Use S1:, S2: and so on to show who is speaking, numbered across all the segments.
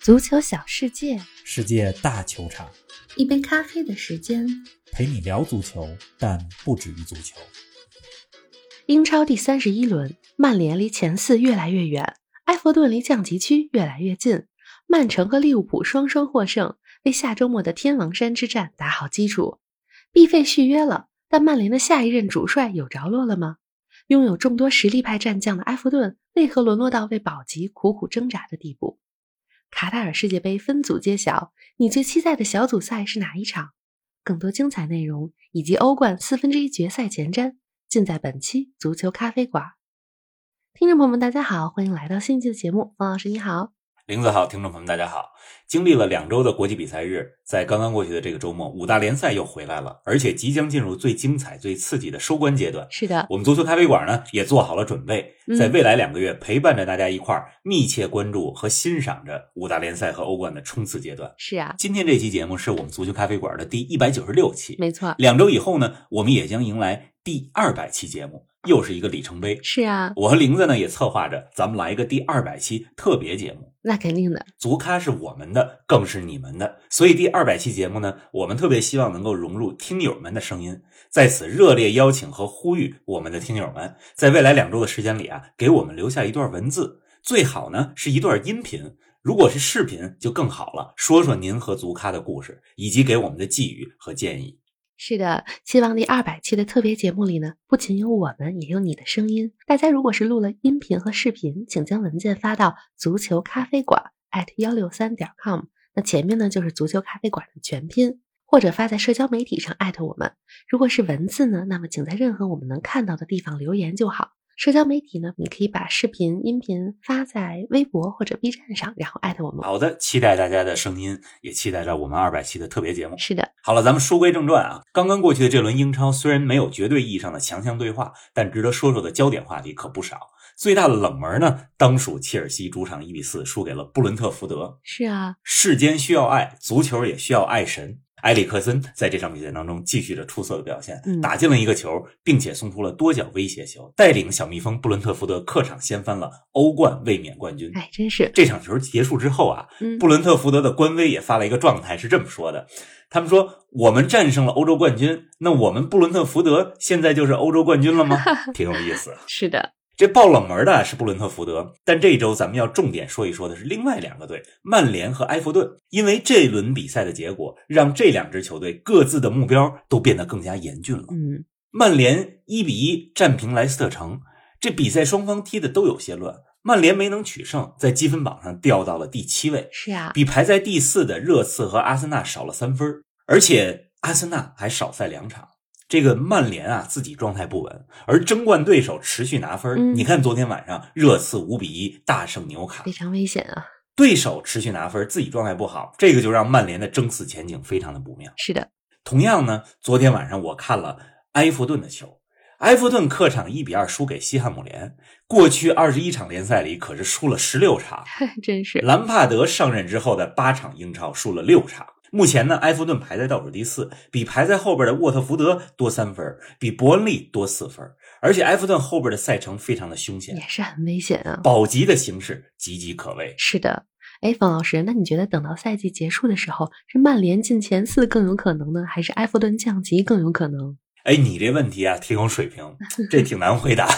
S1: 足球小世界，
S2: 世界大球场，
S1: 一杯咖啡的时间。
S2: 陪你聊足球，但不止于足球。
S1: 英超第三十一轮，曼联离前四越来越远，埃弗顿离降级区越来越近，曼城和利物浦双双获胜，为下周末的天王山之战打好基础。毕费续约了，但曼联的下一任主帅有着落了吗？拥有众多实力派战将的埃弗顿，为何沦落到为保级苦苦挣扎的地步？卡塔尔世界杯分组揭晓，你最期待的小组赛是哪一场？更多精彩内容以及欧冠四分之一决赛前瞻，尽在本期足球咖啡馆。听众朋友们，大家好，欢迎来到新一期的节目。方老师你好，
S2: 林子好，听众朋友们，大家好！经历了两周的国际比赛日，在刚刚过去的这个周末，五大联赛又回来了，而且即将进入最精彩、最刺激的收官阶段。
S1: 是的，
S2: 我们足球咖啡馆呢，也做好了准备，在未来两个月陪伴着大家一块儿密切关注和欣赏着五大联赛和欧冠的冲刺阶段。
S1: 是啊，
S2: 今天这期节目是我们足球咖啡馆的第一百九十六期，
S1: 没错，
S2: 两周以后呢，我们也将迎来第二百期节目，又是一个里程碑。
S1: 是啊，
S2: 我和玲子呢也策划着，咱们来一个第二百期特别节目。
S1: 那肯定的，
S2: 足咖是我们的，更是你们的，所以第二百期节目呢，我们特别希望能够融入听友们的声音，在此热烈邀请和呼吁我们的听友们，在未来两周的时间里啊，给我们留下一段文字，最好呢是一段音频，如果是视频就更好了，说说您和足咖的故事，以及给我们的寄语和建议。
S1: 是的，希望第二百期的特别节目里呢，不仅有我们，也有你的声音。大家如果是录了音频和视频，请将文件发到足球咖啡馆 at 幺六三点 com，那前面呢就是足球咖啡馆的全拼，或者发在社交媒体上艾特我们。如果是文字呢，那么请在任何我们能看到的地方留言就好。社交媒体呢，你可以把视频、音频发在微博或者 B 站上，然后艾特我们。
S2: 好的，期待大家的声音，也期待着我们二百期的特别节目。
S1: 是的，
S2: 好了，咱们书归正传啊。刚刚过去的这轮英超虽然没有绝对意义上的强强对话，但值得说说的焦点话题可不少。最大的冷门呢，当属切尔西主场一比四输给了布伦特福德。
S1: 是啊，
S2: 世间需要爱，足球也需要爱神。埃里克森在这场比赛当中继续着出色的表现，
S1: 嗯
S2: 打进了一个球，并且送出了多脚威胁球，带领小蜜蜂布伦特福德客场掀翻了欧冠卫冕冠军。
S1: 哎，真是，
S2: 这场球结束之后啊，
S1: 嗯
S2: 布，伦特福德的官微也发了一个状态，是这么说的：他们说我们战胜了欧洲冠军，那我们布伦特福德现在就是欧洲冠军了吗？ 挺有意思。
S1: 是的，
S2: 这爆冷门的是布伦特福德，但这一周咱们要重点说一说的是另外两个队，曼联和埃弗顿，因为这轮比赛的结果让这两支球队各自的目标都变得更加严峻了。
S1: 嗯，
S2: 曼联一比一战平莱斯特城，这比赛双方踢的都有些乱，曼联没能取胜，在积分榜上掉到了第七位。
S1: 是啊，
S2: 比排在第四的热刺和阿森纳少了三分，而且阿森纳还少赛两场。这个曼联啊，自己状态不稳，而争冠对手持续拿分。
S1: 嗯
S2: 你看昨天晚上热刺五比一大胜纽卡
S1: 非，常危险啊，
S2: 对手持续拿分，自己状态不好，这个就让曼联的争四前景非常的不妙。
S1: 是的。
S2: 同样呢，昨天晚上我看了埃弗顿的球，埃弗顿客场一比二输给西汉姆联，过去二十一场联赛里可是输了十六场，
S1: 真是，
S2: 兰帕德上任之后的八场英超输了六场。目前呢，埃弗顿排在倒数第四，比排在后边的沃特福德多三分，比伯恩利多四分。而且埃弗顿后边的赛程非常的凶
S1: 也
S2: 险，
S1: 是很危险啊。
S2: 保级的形势岌岌可危。
S1: 是的，哎，冯老师，那你觉得等到赛季结束的时候，是曼联进前四更有可能呢，还是埃弗顿降级更有可能？
S2: 哎，你这问题啊，挺有水平，这挺难回答。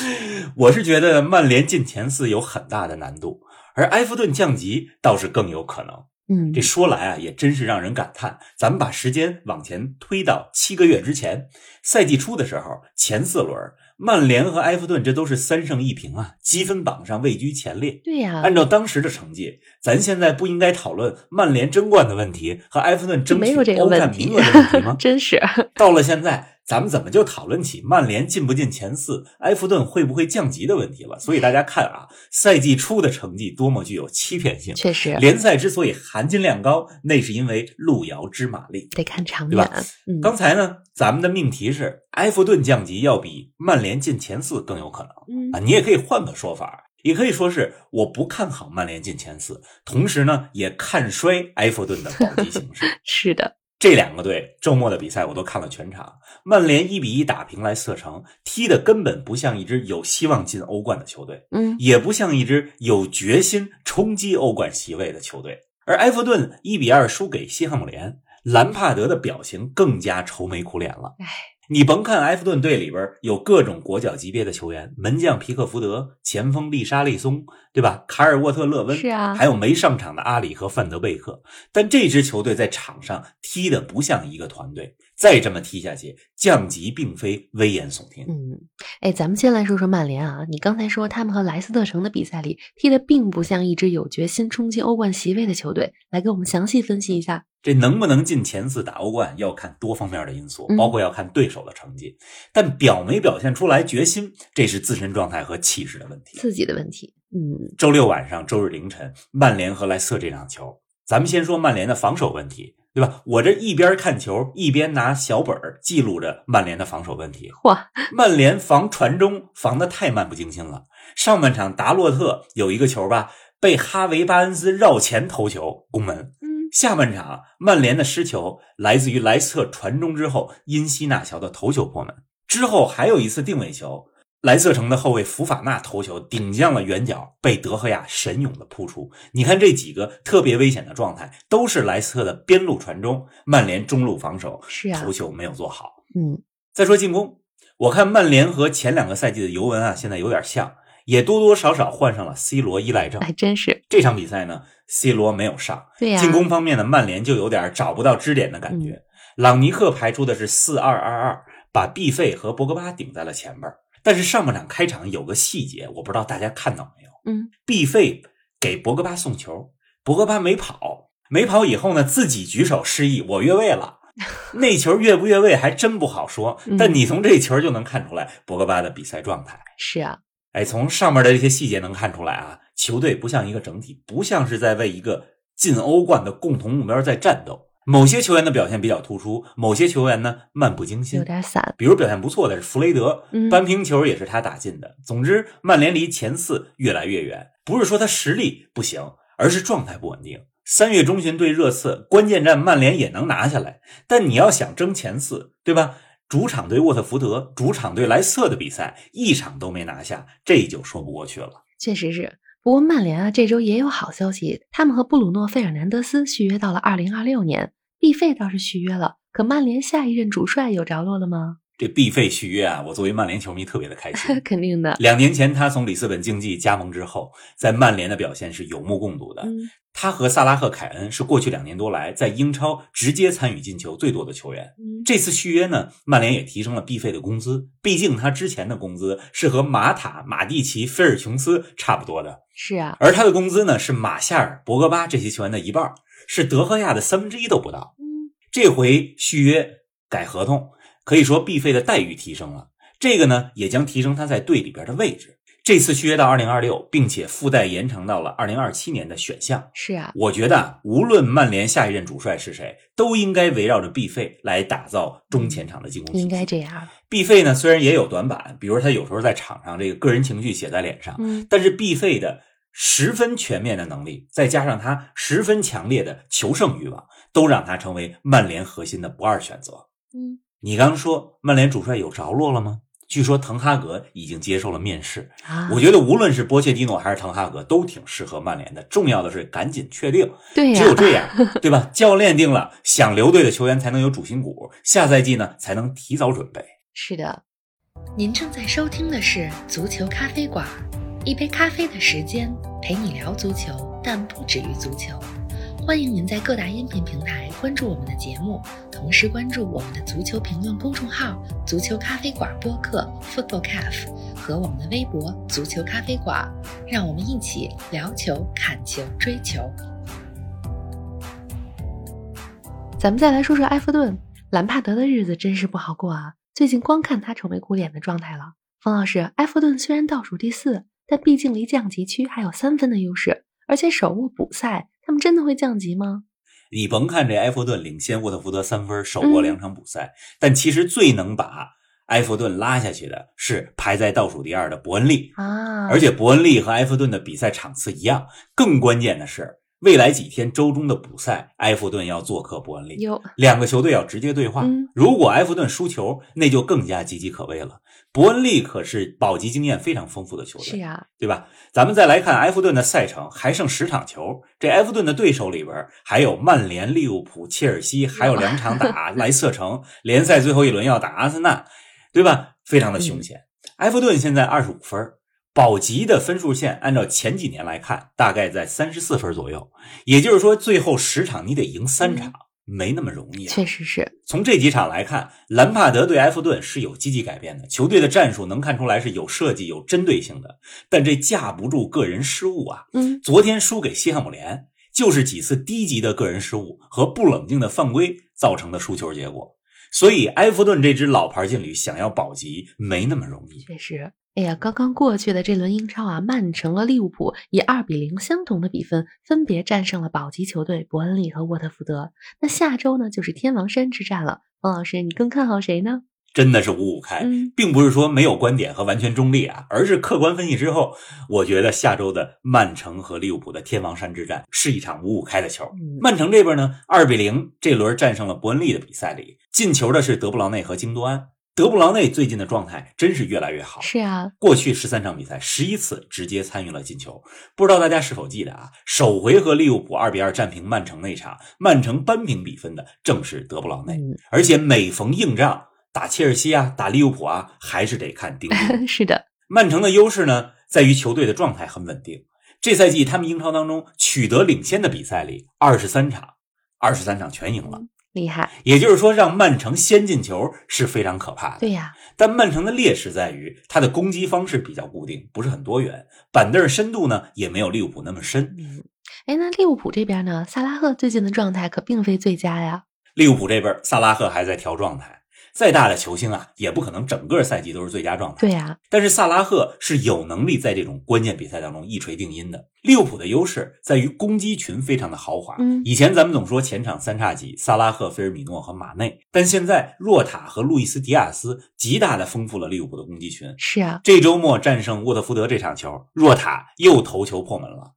S2: 我是觉得曼联进前四有很大的难度，而埃弗顿降级倒是更有可能。
S1: 嗯
S2: 这，说来啊，也真是让人感叹。咱们把时间往前推到七个月之前，赛季初的时候，前四轮，曼联和埃弗顿这都是三胜一平啊，积分榜上位居前列。
S1: 对呀、
S2: 按照当时的成绩，咱现在不应该讨论曼联争冠的问题和埃弗顿
S1: 就
S2: 争
S1: 没
S2: 取
S1: 有这个
S2: 欧
S1: 问
S2: 战
S1: 题？
S2: 名额的问题吗
S1: 真是，
S2: 到了现在，咱们怎么就讨论起曼联进不进前四、埃弗顿会不会降级的问题了？所以大家看啊，赛季初的成绩多么具有欺骗性。
S1: 确实
S2: 联赛之所以含金量高，那是因为路遥知马力。
S1: 得看长
S2: 对
S1: 远
S2: 吧。
S1: 嗯，
S2: 刚才呢，咱们的命题是埃弗顿降级要比曼联进前四更有可能啊。
S1: 嗯，
S2: 你也可以换个说法，也可以说是我不看好曼联进前四，同时呢也看衰埃弗顿的保级形势。
S1: 是的，
S2: 这两个队周末的比赛我都看了全场，曼联一比一打平莱斯特城，踢的根本不像一支有希望进欧冠的球队，
S1: 嗯，
S2: 也不像一支有决心冲击欧冠席位的球队。而埃弗顿一比二输给西汉姆联，兰帕德的表情更加愁眉苦脸了。
S1: 唉，
S2: 你甭看埃弗顿队里边有各种国脚级别的球员，门将皮克福德、前锋利沙利松，对吧？卡尔沃特勒温
S1: 是啊
S2: 还有没上场的阿里和范德贝克，但这支球队在场上踢的不像一个团队，再这么踢下去，降级并非危言耸听。
S1: 嗯，哎，咱们先来说说曼联啊。你刚才说他们和莱斯特城的比赛里踢的并不像一支有决心冲击欧冠席位的球队，来给我们详细分析一下。
S2: 这能不能进前四打欧冠，要看多方面的因素
S1: 嗯，
S2: 包括要看对手的成绩。但表没表现出来决心，这是自身状态和气势的问题。
S1: 自己的问题。嗯
S2: 周六晚上、周日凌晨，曼联和莱斯特这场球，咱们先说曼联的防守问题，对吧？我这一边看球，一边拿小本儿记录着曼联的防守问题。
S1: 嚯，
S2: 曼联防传中防的太漫不经心了。上半场达洛特有一个球吧，被哈维巴恩斯绕前头球攻门。
S1: 嗯，
S2: 下半场曼联的失球来自于莱斯特传中之后因西纳乔的头球破门，之后还有一次定位球，莱斯特城的后卫福法纳头球顶向了远角，被德赫亚神勇的扑出。你看这几个特别危险的状态，都是莱斯特的边路传中，曼联中路防守
S1: 是啊
S2: 头，球没有做好。
S1: 嗯
S2: 再说进攻，我看曼联和前两个赛季的尤文啊，现在有点像，也多多少少患上了 C 罗依赖症。
S1: 还哎真是。
S2: 这场比赛呢，C 罗没有上，
S1: 对呀、嗯
S2: 进攻方面呢，曼联就有点找不到支点的感觉。朗尼克排出的是四二二二，把毕费和博格巴顶在了前边儿。但是上半场开场有个细节，我不知道大家看到没有？
S1: 嗯，
S2: 毕费给博格巴送球，博格巴没跑，没跑以后呢，自己举手示意我越位 了。那球越不越位还真不好说
S1: 嗯，
S2: 但你从这球就能看出来博格巴的比赛状态。
S1: 是啊，
S2: 哎，从上面的这些细节能看出来啊，球队不像一个整体，不像是在为一个进欧冠的共同目标在战斗。某些球员的表现比较突出，某些球员呢漫不经
S1: 有
S2: 心。
S1: 点散。
S2: 比如表现不错的是弗雷德，
S1: 嗯
S2: 扳平球也是他打进的。总之，曼联离前四越来越远，不是说他实力不行，而是状态不稳定。三月中旬对热刺，关键战曼联也能拿下来，但你要想争前四，对吧？主场对沃特福德，主场对莱斯特的比赛一场都没拿下，这就说不过去了。
S1: 确实是。不过曼联啊，这周也有好消息，他们和布鲁诺·费尔南德斯续约到了二零二六年。毕费倒是续约了，可曼联下一任主帅有着落了吗？。
S2: 这 B 费续约啊，我作为曼联球迷特别的开心
S1: 肯定的。
S2: 两年前他从里斯本竞技加盟之后，在曼联的表现是有目共睹的。
S1: 嗯，
S2: 他和萨拉赫、凯恩是过去两年多来在英超直接参与进球最多的球员。
S1: 嗯
S2: 这次续约呢，曼联也提升了 B 费的工资，毕竟他之前的工资是和马塔、马蒂奇、菲尔琼斯差不多的，
S1: 是啊，
S2: 而他的工资呢是马夏尔、博格巴这些球员的一半儿，是德赫亚的三分之一都不到。
S1: 嗯，
S2: 这回续约改合同，可以说 B 费的待遇提升了。这个呢，也将提升他在队里边的位置。这次续约到二零二六，并且附带延长到了二零二七年的选项。
S1: 是啊，
S2: 我觉得啊，无论曼联下一任主帅是谁，都应该围绕着 B 费来打造中前场的进攻体系。
S1: 应该这样。
S2: B 费呢，虽然也有短板，比如他有时候在场上这个个人情绪写在脸上，
S1: 嗯，
S2: 但是 B 费的十分全面的能力，再加上他十分强烈的求胜欲望，都让他成为曼联核心的不二选择。
S1: 嗯，
S2: 你刚说曼联主帅有着落了吗？据说滕哈格已经接受了面试，
S1: 啊，
S2: 我觉得无论是波切蒂诺还是滕哈格都挺适合曼联的。重要的是赶紧确定，
S1: 对呀、
S2: 只有这样，对吧？教练定了，想留队的球员才能有主心骨，下赛季呢才能提早准备。
S1: 是的。您正在收听的是《足球咖啡馆》，一杯咖啡的时间陪你聊足球，但不止于足球。欢迎您在各大音频平台关注我们的节目，同时关注我们的足球评论公众号“足球咖啡馆”播客 （Football Cafe） 和我们的微博“足球咖啡馆”，让我们一起聊球、看球、追球。咱们再来说说埃弗顿，兰帕德的日子真是不好过啊！最近光看他愁眉苦脸的状态了。冯老师，埃弗顿虽然倒数第四，但毕竟离降级区还有三分的优势，而且手握补赛，他们真的会降级吗？
S2: 你甭看这埃弗顿领先沃特福德三分，手握两场补赛，但其实最能把埃弗顿拉下去的是排在倒数第二的伯恩利，
S1: 啊，
S2: 而且伯恩利和埃弗顿的比赛场次一样，更关键的是。未来几天周中的补赛，埃弗顿要做客伯恩利，
S1: 有
S2: 两个球队要直接对话。
S1: 嗯
S2: 如果埃弗顿输球，那就更加岌岌可危了。伯恩利可是保级经验非常丰富的球队，
S1: 是啊呀，
S2: 对吧？咱们再来看埃弗顿的赛程，还剩十场球。这埃弗顿的对手里边还有曼联、利物浦、切尔西，还有两场打莱斯特城，联赛最后一轮要打阿森纳，对吧？非常的凶险。埃弗顿现在二十五分儿，保级的分数线按照前几年来看，大概在三十四分左右。也就是说，最后十场你得赢三场，没那么容易啊。
S1: 确实是，
S2: 从这几场来看，兰帕德对埃弗顿是有积极改变的，球队的战术能看出来是有设计、有针对性的，但这架不住个人失误啊。
S1: 嗯，
S2: 昨天输给西汉姆联，就是几次低级的个人失误和不冷静的犯规造成的输球结果。所以，埃弗顿这支老牌劲旅想要保级没那么容易。
S1: 确实。哎呀，刚刚过去的这轮英超啊，曼城和利物浦以二比零相同的比分，分别战胜了保级球队伯恩利和沃特福德。那下周呢，就是天王山之战了。王老师，你更看好谁呢？
S2: 真的是五五开，
S1: 嗯
S2: 并不是说没有观点和完全中立啊，而是客观分析之后，我觉得下周的曼城和利物浦的天王山之战是一场五五开的球。
S1: 嗯，
S2: 曼城这边呢，二比零这轮战胜了伯恩利的比赛里，进球的是德布劳内和京多安。德布劳内最近的状态真是越来越好，
S1: 是啊，
S2: 过去十三场比赛，十一次直接参与了进球。不知道大家是否记得啊？首回合利物浦二比二战平曼城那场，曼城扳平比分的正是德布劳内，
S1: 嗯，
S2: 而且每逢硬仗打切尔西啊，打利物浦啊，还是得看丁 丁。
S1: 是的，
S2: 曼城的优势呢，在于球队的状态很稳定。这赛季他们英超当中取得领先的比赛里，二十三场，二十三场全赢了。
S1: 厉害，
S2: 也就是说，让曼城先进球是非常可怕的。
S1: 对呀，
S2: 但曼城的劣势在于，它的攻击方式比较固定，不是很多元，板凳深度呢也没有利物浦那么深。
S1: 嗯，哎，那利物浦这边呢，萨拉赫最近的状态可并非最佳呀。
S2: 利物浦这边，萨拉赫还在调状态，再大的球星啊，也不可能整个赛季都是最佳状态。
S1: 对啊呀，
S2: 但是萨拉赫是有能力在这种关键比赛当中一锤定音的。利物浦的优势在于攻击群非常的豪华。
S1: 嗯
S2: 以前咱们总说前场三叉戟萨拉赫、菲尔米诺和马内，但现在洛塔和路易斯·迪亚斯极大的丰富了利物浦的攻击群。
S1: 是啊，
S2: 这周末战胜沃特福德这场球，若塔又头球破门了。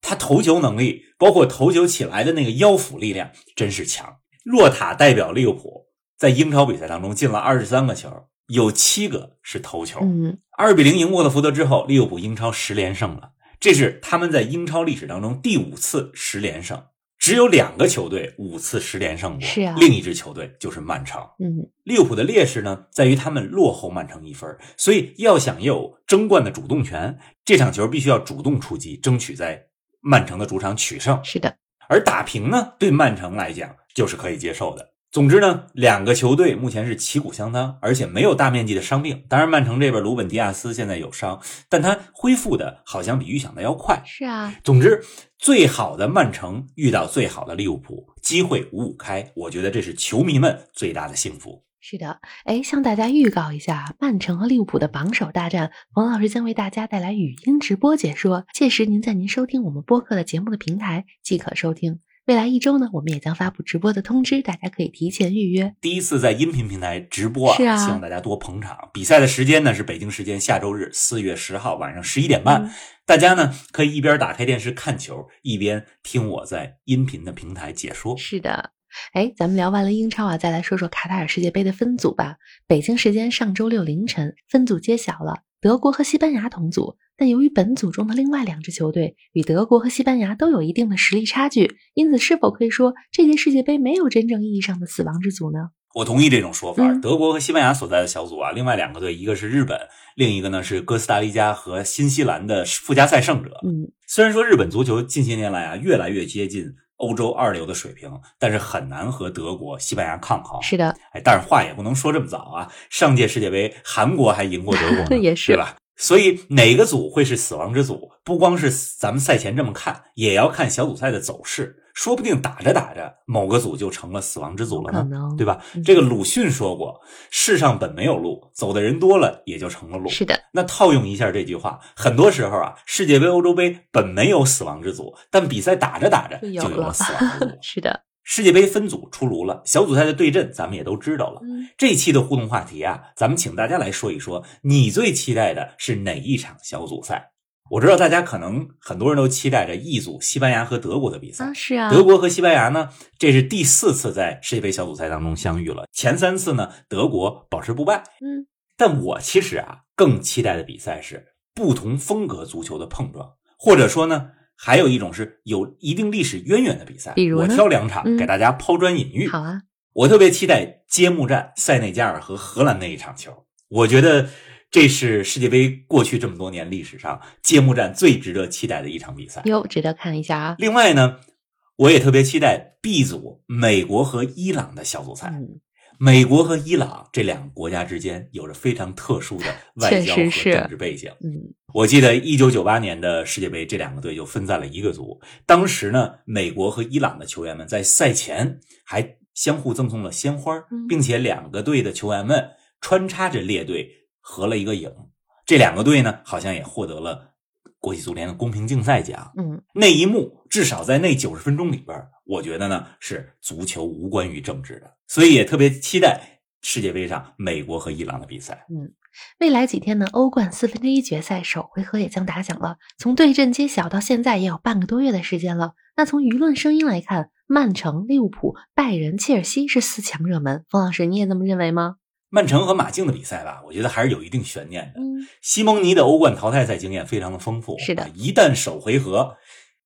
S2: 他头球能力，包括头球起来的那个腰腹力量，真是强。若塔代表利物浦在英超比赛当中进了二十三个球，有七个是头球。
S1: 嗯，
S2: 二比零赢沃特福德之后，利物浦英超十连胜了，这是他们在英超历史当中第五次十连胜，只有两个球队五次十连胜过，
S1: 是啊
S2: 另一支球队就是曼城。
S1: 嗯，
S2: 利物浦的劣势呢，在于他们落后曼城一分儿，所以要想有争冠的主动权，这场球必须要主动出击，争取在曼城的主场取胜。
S1: 是的，
S2: 而打平呢，对曼城来讲就是可以接受的。总之呢，两个球队目前是旗鼓相当，而且没有大面积的伤病。当然，曼城这边鲁本迪亚斯现在有伤，但他恢复的好像比预想的要快。
S1: 是啊，
S2: 总之，最好的曼城遇到最好的利物浦，机会五五开，我觉得这是球迷们最大的幸福。
S1: 是的。哎，向大家预告一下，啊曼城和利物浦的榜首大战，冯老师将为大家带来语音直播解说。届时您在您收听我们播客的节目的平台即可收听。未来一周呢，我们也将发布直播的通知，大家可以提前预约。
S2: 第一次在音频平台直播
S1: 是啊
S2: 希望大家多捧场。比赛的时间呢是北京时间下周日四月十号晚上十一点半，
S1: 嗯
S2: 大家呢可以一边打开电视看球，一边听我在音频的平台解说。
S1: 是的，哎，咱们聊完了英超啊，再来说说卡塔尔世界杯的分组吧。北京时间上周六凌晨，分组揭晓了，德国和西班牙同组。但由于本组中的另外两支球队与德国和西班牙都有一定的实力差距，因此是否可以说这届世界杯没有真正意义上的死亡之组呢？
S2: 我同意这种说法。
S1: 嗯
S2: 德国和西班牙所在的小组啊，另外两个队，一个是日本，另一个呢是哥斯达黎加和新西兰的附加赛胜者。
S1: 嗯，
S2: 虽然说日本足球近些年来啊越来越接近欧洲二流的水平，但是很难和德国、西班牙抗衡。
S1: 是的，
S2: 哎，但是话也不能说这么早啊！上届世界杯，韩国还赢过德国 呢，
S1: 也是
S2: 对吧？所以哪个组会是死亡之组，不光是咱们赛前这么看，也要看小组赛的走势，说不定打着打着，某个组就成了死亡之组了
S1: 可
S2: 呢，
S1: 能
S2: 对吧
S1: 嗯？
S2: 这个鲁迅说过：“世上本没有路，走的人多了，也就成了路。”
S1: 是的，
S2: 那套用一下这句话，很多时候啊，世界杯、欧洲杯本没有死亡之组，但比赛打着打着就
S1: 有
S2: 有了
S1: 了。
S2: 死亡之组
S1: 是的，
S2: 世界杯分组出炉了，小组赛的对阵咱们也都知道了。
S1: 嗯，
S2: 这期的互动话题啊，咱们请大家来说一说，你最期待的是哪一场小组赛？我知道大家可能很多人都期待着 E 组西班牙和德国的比赛
S1: 啊，。是啊，
S2: 德国和西班牙呢，这是第四次在世界杯小组赛当中相遇了。前三次呢，德国保持不败。
S1: 嗯，
S2: 但我其实啊，更期待的比赛是不同风格足球的碰撞，或者说呢，还有一种是有一定历史渊源的比赛。
S1: 比如
S2: 我
S1: 呢
S2: 挑两场
S1: 嗯
S2: 给大家抛砖引玉。
S1: 好啊，
S2: 我特别期待揭幕战塞内加尔和荷兰那一场球，我觉得这是世界杯过去这么多年历史上揭幕战最值得期待的一场比赛。
S1: 哟，值得看一下啊。
S2: 另外呢，我也特别期待 B 组美国和伊朗的小组赛。
S1: 嗯，
S2: 美国和伊朗这两个国家之间有着非常特殊的外交和
S1: 确实是
S2: 政治背景。
S1: 嗯，
S2: 我记得一九九八年的世界杯，这两个队就分在了一个组。当时呢，美国和伊朗的球员们在赛前还相互赠送了鲜花
S1: 嗯，
S2: 并且两个队的球员们穿插着列队合了一个影。这两个队呢，好像也获得了国际足联的公平竞赛奖。
S1: 嗯，
S2: 那一幕，至少在那九十分钟里边儿，我觉得呢是足球无关于政治的，所以也特别期待世界杯上美国和伊朗的比赛。
S1: 未来几天呢，欧冠四分之一决赛首回合也将打响了。从对阵揭晓到现在也有半个多月的时间了。那从舆论声音来看，曼城、利物浦、拜仁、切尔西是四强热门。冯老师，你也这么认为吗？
S2: 曼城和马竞的比赛吧，我觉得还是有一定悬念的。
S1: 嗯，
S2: 西蒙尼的欧冠淘汰赛经验非常的丰富，
S1: 是的
S2: 啊一旦首回合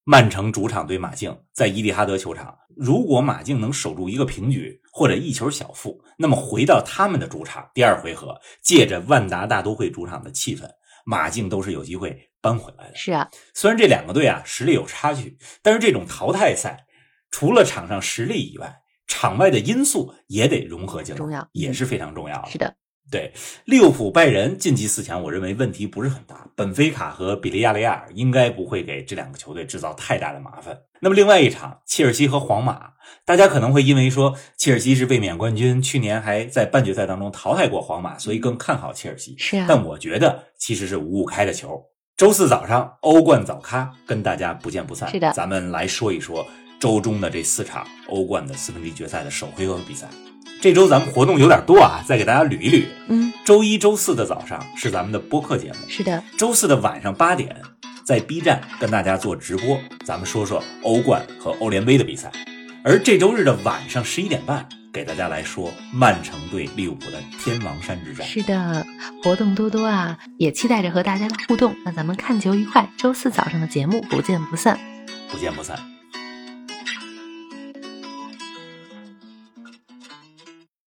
S2: 曼城主场对马竞，在伊蒂哈德球场，如果马竞能守住一个平局或者一球小负，那么回到他们的主场，第二回合借着万达大都会主场的气氛，马竞都是有机会扳回来的。
S1: 是啊，
S2: 虽然这两个队啊实力有差距，但是这种淘汰赛除了场上实力以外，场外的因素也得融合进来，
S1: 重要嗯
S2: 也是非常重要的。
S1: 是的，
S2: 对，利物浦、拜仁晋级四强，我认为问题不是很大。本菲卡和比利亚雷亚尔应该不会给这两个球队制造太大的麻烦。那么另外一场，切尔西和皇马，大家可能会因为说切尔西是卫冕冠军，去年还在半决赛当中淘汰过皇马，所以更看好切尔西。
S1: 是啊。
S2: 但我觉得其实是五五开的球。周四早上欧冠早咖跟大家不见不散。
S1: 是的
S2: 咱们来说一说周中的这四场欧冠的四分之一决赛的首回合比赛。这周咱们活动有点多啊，再给大家捋一捋。
S1: 嗯，
S2: 周一、周四的早上是咱们的播客节目，
S1: 是的，
S2: 周四的晚上八点在 B 站跟大家做直播，咱们说说欧冠和欧联杯的比赛。而这周日的晚上十一点半，给大家来说曼城对利物浦的天王山之战。
S1: 是的，活动多多啊，也期待着和大家的互动。那咱们看球愉快，周四早上的节目不见不散。
S2: 不见不散。